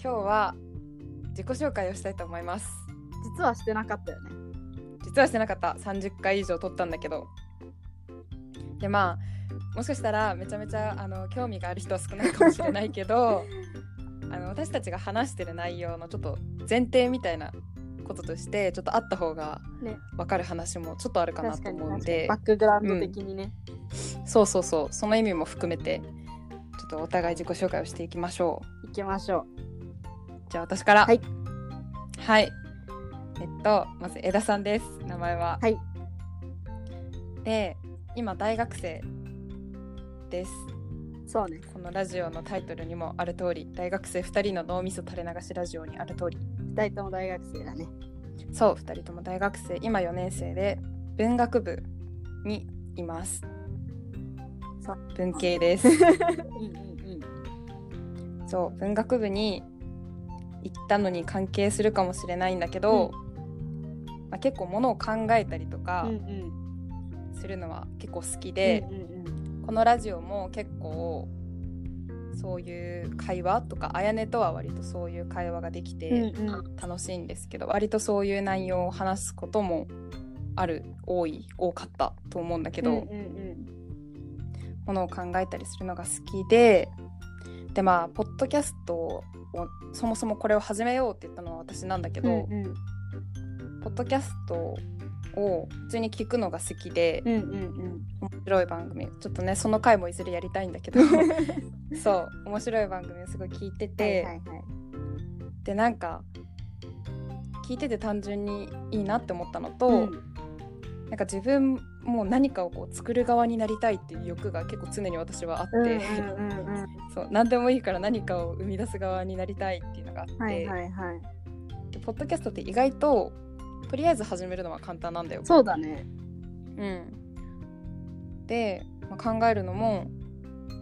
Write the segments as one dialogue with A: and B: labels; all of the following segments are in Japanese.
A: 今日は自己紹介をしたいと思います
B: 実はしてなかったよね
A: 実はしてなかった30回以上撮ったんだけどでまあもしかしたらめちゃめちゃあの興味がある人は少ないかもしれないけ どあの私たちが話してる内容のちょっと前提みたいなこととしてちょっとあった方が
B: ね
A: 分かる話もちょっとあるかな
B: 確
A: と
B: かに
A: 思う
B: 確
A: ん
B: かに
A: で
B: バックグラウンド的にね、
A: そうそうそうその意味も含めてちょっとお互い自己紹介をしていきましょう。
B: 行きましょ
A: じゃあ私から。
B: はい。
A: はいえっとまず枝さんです。名前は。
B: はい。
A: で今大学生です。
B: うそうね
A: このラジオのタイトルにもある通り、大学生二人の脳みそ垂れ流しラジオにある通り、
B: 2人とも大学生だね
A: そう二人とも大学生、今四年生で文学部にいます
B: そう。
A: 文系 です。
B: うんうん
A: そう文学部に行ったのに関係するかもしれないんだけど、まあ、結構ものを考えたりとか
B: うんうんうん
A: するのは結構好きで
B: う、んうん
A: このラジオも結構そういう会話とかあやねとは割とそういう会話ができ
B: うん
A: て
B: うんうん
A: 楽しいんですけど、割とそういう内容を話すこともある多い多かったと思うんだけど、
B: うんうん
A: ものを考えたりするのが好きででまあポッドキャストをそもそもこれを始めようって言ったのは私なんだけ
B: う
A: ど、
B: んうん
A: ポッドキャストを普通に聞くのが好きで、
B: うんうん
A: 面白い番組ちょっとねその回もいずれやりたいんだけ どそう面白い番組をすごい聞いて
B: はいは
A: て、
B: いはい
A: でなんか聞いてて単純にいいなって思ったのと、
B: うん
A: なんか自分も何かをこう作る側になりたいっていう欲が結構常に私はあって。
B: うんうんうんう ん
A: そう何でもいいから何かを生み出す側になりたいっていうのがあって、
B: はいはいはい
A: でポッドキャストって意外ととりあえず始めるのは簡単なんだよ。
B: そうだね
A: うん、で、まあ考えるのも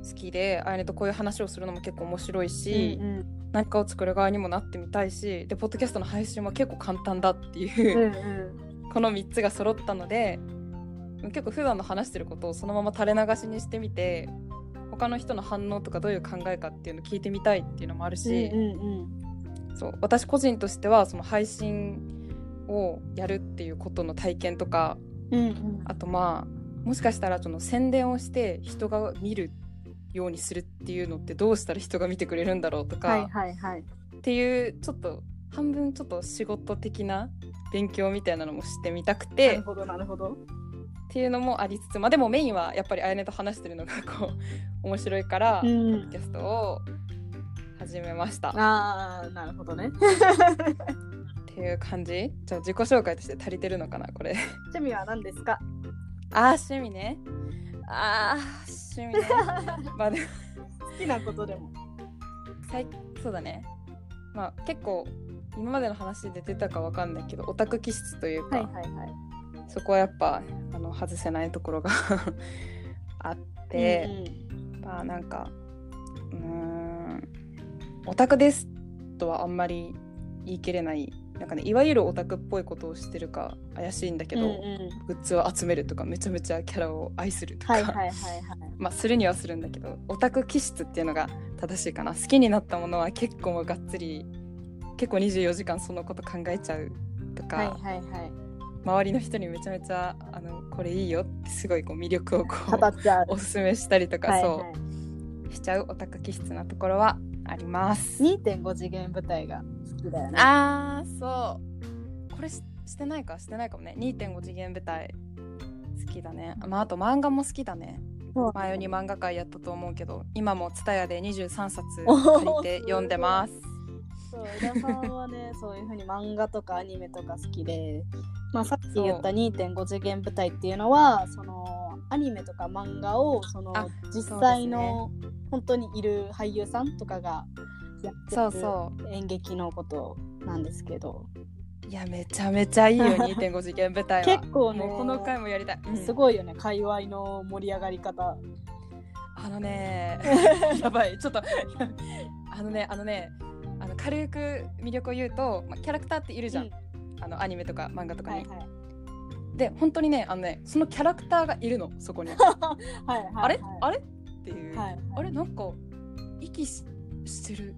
A: 好きであやねとこういう話をするのも結構面白いし、
B: うん
A: 何かを作る側にもなってみたいしでポッドキャストの配信も結構簡単だって
B: うんう
A: い
B: ん
A: う、この3つが揃ったので結構普段の話してることをそのまま垂れ流しにしてみて他の人の反応とかどういう考えかっていうのを聞いてみたいっていうのもある
B: うん
A: し。
B: うんうん
A: そう私個人としてはその配信をやるっていうことの体験とか
B: うんうん
A: あとまあもしかしたらその宣伝をして人が見るようにするっていうのってどうしたら人が見てくれるんだろうとか、
B: はいはいはい
A: っていうちょっと半分ちょっと仕事的な勉強みたいなのもしてみたく
B: な
A: て
B: るほどなるほど
A: っていうのもありつつまあでもメインはやっぱりあやねと話してるのがこう 面白いから、
B: う
A: ポッ
B: ん
A: ドキャストを始めました。
B: ああなるほどね
A: っていう感じじゃあ自己紹介として足りてるのかなこれ
B: 趣味は何ですか
A: あー趣味ねあー趣味 ねまあでも
B: 好きなことでも
A: 最そうだねまあ結構今までの話で出たかわかんないけどオタク気質というか、
B: はいはいはい
A: そこはやっぱあの外せないところが あって、まあなんかうーんオタクですとはあんまり言い切れないなんかねいわゆるオタクっぽいことをしてるか怪しいんだけ
B: うん
A: ど、
B: うんうん
A: グッズを集めるとかめちゃめちゃキャラを愛するとか、
B: はいはいはいはい
A: まあするにはするんだけどオタク気質っていうのが正しいかな好きになったものは結構もうがっつり結構24時間そのこと考えちゃうとか、
B: はいはいはい
A: 周りの人にめちゃめちゃあのこれいいよってすごいこう魅力をこ
B: 語
A: う
B: っちゃう
A: おすすめしたりとか、
B: はい
A: そう、
B: はい
A: しちゃうオタク気質なところはあります。
B: 2.5次元舞台が好きだよね
A: あーそうこれししてないかしてないかもね2.5次元舞台好きだね、まあ、あと漫画も好きだね
B: そう
A: 前に漫画界やったと思うけど今も TSUTAYA で23冊
B: おー
A: 借りて読んでます
B: そう枝さんはねそういうふうに漫画とかアニメとか好きで、まあ、さっき言った2.5次元舞台っていうのはそのアニメとか漫画をその
A: あ
B: 実際の、本当にいる俳優さんとかがや
A: そう
B: ってる
A: そう
B: 演劇のことなんですけど
A: いやめちゃめちゃ いいよ2.5次元舞台は
B: 結構ね
A: もうこの回もやりたい、うん
B: すごいよね界隈の盛り上がり方
A: あの ねやばいちょっとあのねあのねあの軽く魅力を言うと、まあ、キャラクターっているじゃん、
B: うん
A: あのアニメとか漫画とかに、
B: はいはい
A: で本当にねあのねそのキャラクターがいるのそこに
B: はいはいはい
A: あれあれっていう、
B: はい
A: あれなんか息ししてる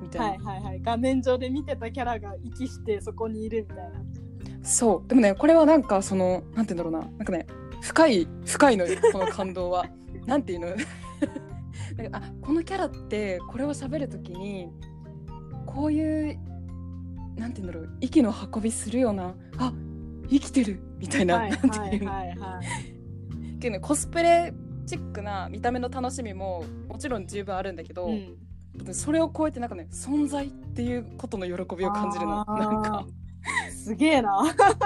A: みたいな、
B: はいはいはい画面上で見てたキャラが息してそこにいるみたいな
A: そうでもねこれはなんかそのなんて言うんだろうななんかね深い深いのよこの感動 はなんていうの なんかあこのキャラってこれを喋るときにこういうなんて言うんだろう息の運びするようなあ生きてるみたいな,、
B: はい
A: なん
B: は
A: てい
B: いう
A: の
B: はいはい
A: っていうねコスプレチックな見た目の楽しみももちろん十分あるんだけど、
B: うん
A: それを超えてなんかね存在っていうことの喜びを感じるの
B: あー
A: なんか
B: すげえな
A: だから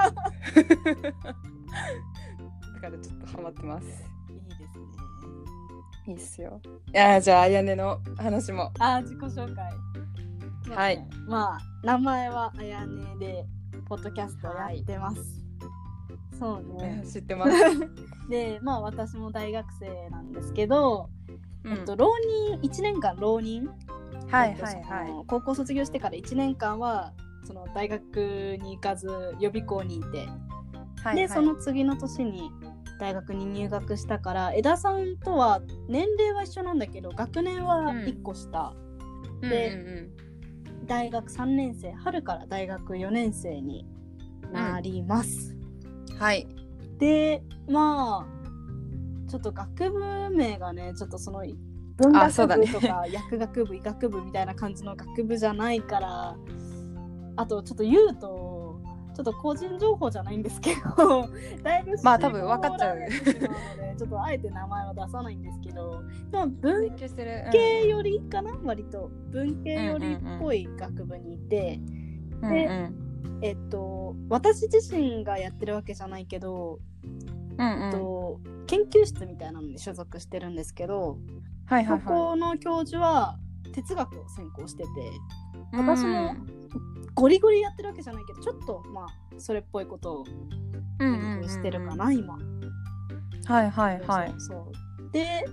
A: ちょっとハマってます
B: いいですね
A: いいっすよいやーじゃああやねの話も
B: あー自己紹介
A: はい
B: まあ名前はあやねでポッドキャストやってます、そうね
A: 知って ます、
B: でまあ私も大学生なんですけど、
A: う
B: えっと、浪人1年間浪人
A: はい
B: えっと
A: はいはい
B: その高校卒業してから1年間はその大学に行かず予備校にいて、
A: はいはい
B: でその次の年に大学に入学したから江田さんとは年齢は一緒なんだけど学年は1個下、で
A: うんうん
B: 大学3年生春から大学4年生になります、
A: うんはい
B: でまあちょっと学部名がねちょっとその文
A: あ
B: 学
A: そうだね
B: 部と か薬学部医学部みたいな感じの学部じゃないからあとちょっと言うとちょっと個人情報じゃないんですけど だいぶ
A: まあ多分分かっちゃう
B: 知り合いになってしまうのでちょっとあえて名前は出さないんですけどでも文
A: 勉強してる、
B: 系よりかな割と文系よりっぽい学部にいて。
A: うん
B: で
A: うん
B: えっと、私自身がやってるわけじゃないけど、
A: うんうん
B: えっと研究室みたいなのに所属してるんですけど、
A: はいはい
B: ここの教授は哲学を専攻してて
A: はい
B: 私もゴリゴリやってるわけじゃないけどちょっとまあそれっぽいことを
A: うんうんうんう
B: 勉
A: ん
B: 強してるかな、今。
A: はいはいはい
B: そうそうで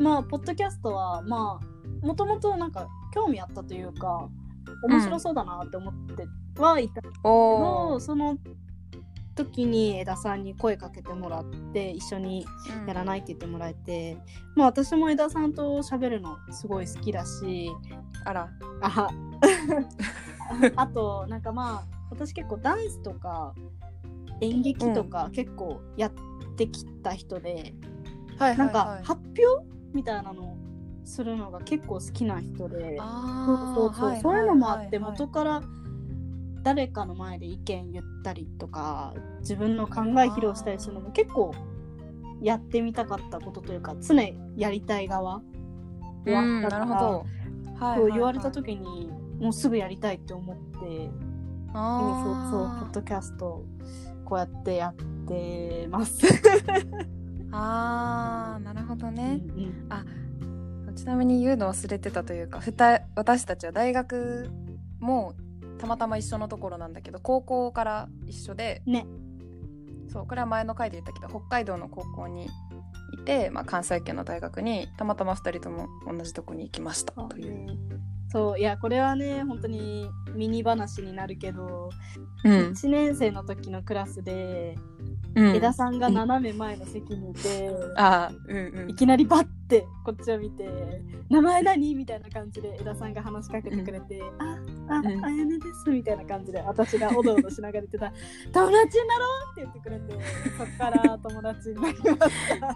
B: まあポッドキャストはまあもともとなんか興味あったというか面白そうだなって思ってはいた
A: お
B: の
A: お
B: その時に枝さんに声かけてもらって一緒にやらないって言ってもらえて、まあ私も枝さんと喋るのすごい好きだし
A: あら
B: あは あとなんかまあ私結構ダンスとか演劇とか結構やってきた人で、
A: はい
B: なんか発表みたいなのするのが結構好きな人で。そう
A: あ
B: そうそう、そういうのもあって
A: も
B: 元から誰かの前で意見言ったりとか自分の考え披露したりするのも結構やってみたかったことというか常やりたい側ではあった
A: な
B: か
A: る
B: ら
A: ほど、はい
B: そう言われた時にもうすぐやりたいって思ってそうそうポッドキャストこうやってやってます。
A: あーなるほどね、
B: うんうん
A: ちなみに言うの忘れてたというかふた私たちは大学もたまたま一緒のところなんだけど高校から一緒で、
B: ね
A: そうこれは前の回で言ったけど北海道の高校にいて、まあ、関西圏の大学にたまたま2人とも同じとこに行きましたという、
B: そういやこれはね本当にミニ話になるけど、
A: うん
B: 1年生の時のクラスで
A: うん、
B: 枝さんが斜め前の席にいて、
A: あーうんうん
B: いきなりバッてこっちを見て「名前何?」みたいな感じで枝さんが話しかけてくれて「ああ、
A: うん
B: あやねです」みたいな感じで私がおどおどしながら言ってた「友達になろう!」って言ってくれてそっから友達になりま した。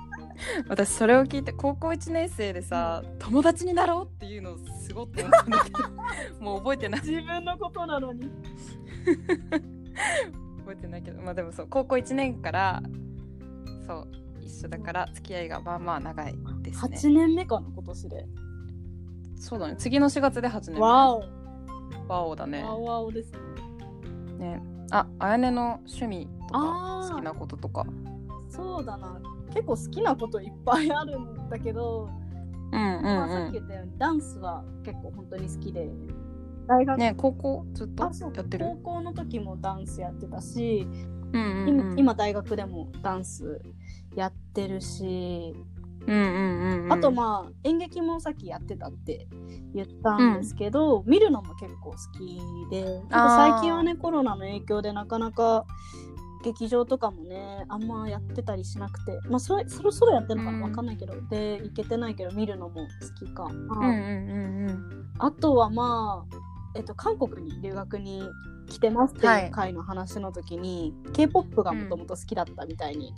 A: 私それを聞いて高校1年生でさ友達になろうっていうのすごって思ったんだけどもう覚えてない
B: 自分のことなのに。
A: 覚えてないけどまあでもそう高校1年からそう一緒だから付き合いがまあまあ長いですね
B: 8年目かな今年で。
A: そうだね次の4月で8年目
B: わお、
A: ワオだね
B: わおわおですね。
A: ねああやねの趣味と
B: あ
A: か
B: ー
A: 好きなこととか
B: そうだな結構好きなこといっぱいあるんだけど、
A: うんう
B: まあ、
A: ん
B: さ
A: う
B: っき
A: ん
B: 言ったようにダンスは結構本当に好きで大学、
A: ね高校ずっと
B: あそう
A: やってる
B: 高校の時もダンスやってたし、
A: うんうん
B: 今
A: うん
B: 今大学でもダンスやってるし、
A: うんうんうんうん
B: あとまあ演劇もさっきやってたって言ったんですけど、見るのも結構好きでなんか最近はねコロナの影響でなかなか劇場とかもねあんまやってたりしなくて、まあ、それそろそろやってるのか
A: うん
B: なわかんないけど、で行けてないけど見るのも好きかな、
A: うんうんうんうん
B: あとはまあ、えっと、韓国に留学に来てますっていう回の話の時に、k p o p がもともと好きだったみたいに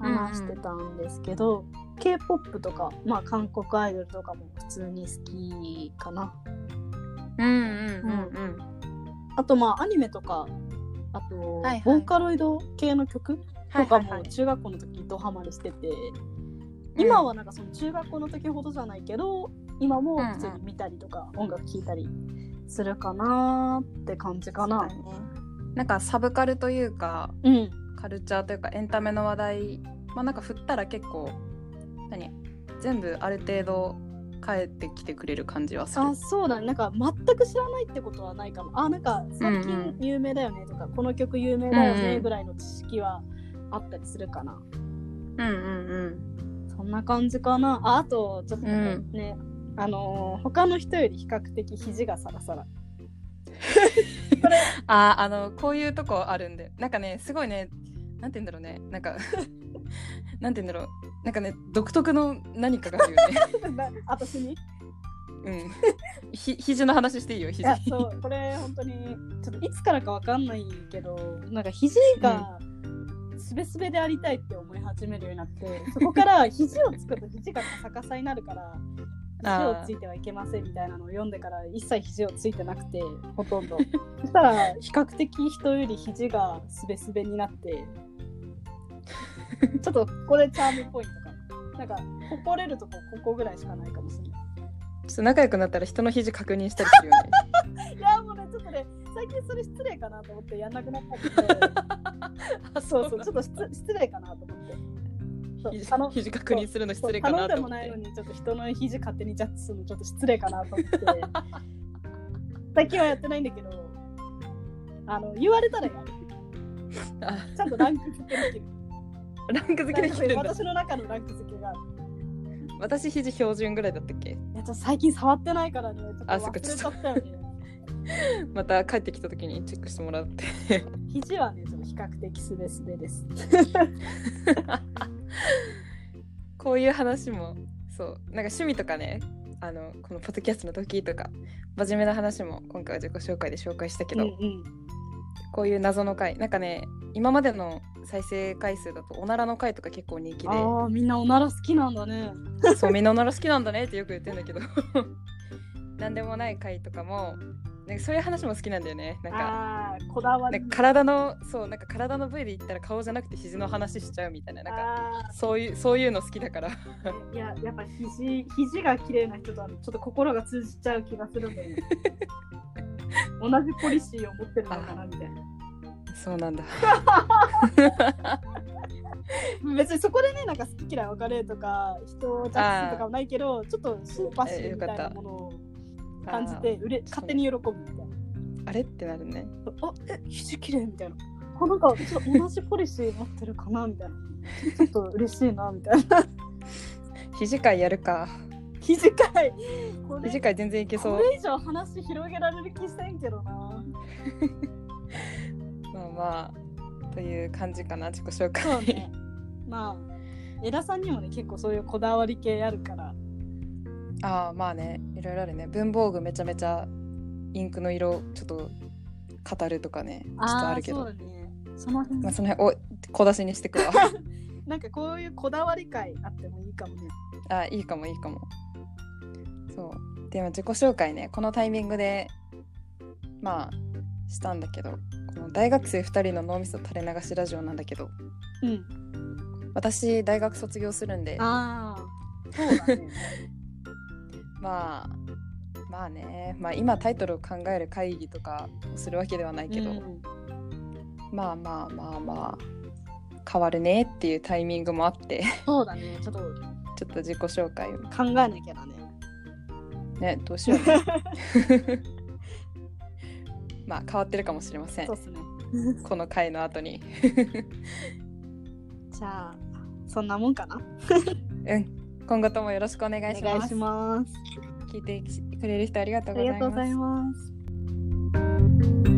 B: 話してたんですけど、k p o p とか、まあ、韓国アイドルとかも普通に好きかな。
A: うんうんうんうん。
B: あとまあアニメとかあと、
A: はいはい
B: ボーカロイド系の曲
A: は
B: と
A: い
B: か
A: はいは
B: も
A: い。
B: 中学校の時ドハマりしてて、今はなんかその中学校の時ほどじゃないけど今も普通に見たりとか音楽聴いたりするかなーって感じかな。
A: なんかサブカルというか
B: うん、
A: カルチャーというかエンタメの話題まあなんか振ったら結構何全部ある程度帰ってきてくれる感じはする。
B: あそうだねなんか全く知らないってことはないかもあなんか最
A: うん
B: 近
A: う
B: 有名だよねとか、この曲有名だよ
A: うんう
B: ね
A: ん
B: ぐらいの知識はあったりするかな。
A: うんうん
B: そんな感じかな。ああと、ちょっと
A: うん
B: ね、あのー他の人より比較的肘がサラサラ。
A: う ん。ああのこういうとこあるんでなんかねすごいねなんて言うんだろうねなんか なんて言うんだろうなんかね独特の何かがあるよね。
B: な私に
A: うん。ひ肘の話していいよ
B: い
A: 肘。
B: や、そう、これ本当に、ちょっといつからかわかんないけど、なんか肘が、すべすべでありたいって思い始めるようになって、そこから肘をつくと肘がカサカサになるから、肘
A: あー
B: をついてはいけませんみたいなのを読んでから一切肘をついてなくて、ほとんど。そしたら、比較的人より肘がすべすべになって、ちょっとこれチャームポイントかな。なんか、誇れるとこここぐらいしかないかもしれない。
A: ちょっと仲良くなったら人の肘確認したりするよね。
B: いやもうねちょっとね最近それ失礼かなと思ってやんなくなったんで
A: あ
B: そうそうちょっと失失礼かなと思ってそう
A: 肘
B: あの
A: 肘確認するの失礼か
B: 頼
A: なん
B: で
A: と思
B: も
A: っ
B: ない
A: て
B: の。にちょっと人の肘勝手にジャッジするのちょっと失礼かなと思って 最近はやってないんだけどあの言われたらやる
A: あ
B: ちゃんとランク付け できる
A: ランク付けできてるん だ
B: 私。の中のランク付けがある
A: 私肘標準ぐらいだったっけ？
B: いやちょっと最近触ってないからねちょっと
A: あそっ
B: 忘
A: か
B: れ
A: ちょっ
B: ち
A: と
B: ゃったよね
A: また帰ってきた時にチェックしてもらって。
B: 肘はねちょっと比較的すべすべです
A: こういう話もそうなんか趣味とかね。あのこのポッドキャストの時とか真面目な話も今回は自己紹介で紹介した けど、
B: うん
A: こういう謎の回なんかね今までの再生回数だとおならの回とか結構人気
B: うん、
A: で
B: ああみんなおなら好きなんだね
A: そうみんなおなら好きなんだねってよく言ってんだけど なんでもない回とかもなんかそういう話も好きなんだよねなんか
B: ああこだわ
A: な
B: り
A: んか体のそうなんか体の部位で言ったら顔じゃなくて肘の話しちゃうみたいななんか
B: あ
A: そういうそういうの好きだから
B: ーいややっぱ肘肘が綺麗な人とはちょっと心が通じちゃう気がするん だよね同じポリシーを持ってるのかなみたいな
A: そうなんだ
B: 別にそこでねなんか好き嫌い分かれるとか人をジャッジするとかはないけどちょっとシンパシーみたいなものを感じてうれ勝手に喜ぶみたいな
A: あーあれってなるね
B: あえ肘綺麗みたいなあなんかちょっと同じポリシー持ってるかなみたいなちょっと嬉しいなみたいな
A: 肘会やるか
B: 肘かいこれ
A: 肘会全然いけそ
B: こ
A: う
B: れ以上話広げられる気せんけどな。
A: まあまあという感じかな自己紹介
B: そうね。 まあ、江田さんにもね、結構そういうこだわり系あるから。
A: ああまあねいろいろあるね文房具めちゃめちゃインクの色ちょっと語るとかねちょっとあるけ
B: そ
A: ど
B: うだね。その辺
A: まあ、その辺お小出しにしてく わ
B: なんかこういうこだわり会あってもいいかもね。
A: あいいかもいいかもそうでも自己紹介ねこのタイミングでまあしたんだけどこの大学生2人の脳みそ垂れ流しラジオなんだけど
B: うん。
A: 私大学卒業するんで
B: ああ。そうだね。
A: まあまあね、まあ、今タイトルを考える会議とかをするわけではないけど、
B: うん
A: まあまあまあまあ変わるねっていうタイミングもあって
B: そうだね。ちょっ
A: ち
B: と
A: ょっと自己紹介を
B: 考えなきゃだね。
A: ねどうしようねまあ変わってるかもしれません
B: そうですね。
A: この回の後に
B: じゃあ、そんなもんかな。
A: うん今後ともよろしくお願いします
B: ます。
A: 聞いてくれる人ありがとう
B: あ
A: ござ
B: り
A: い
B: がとうご
A: ま
B: ざ
A: す
B: います。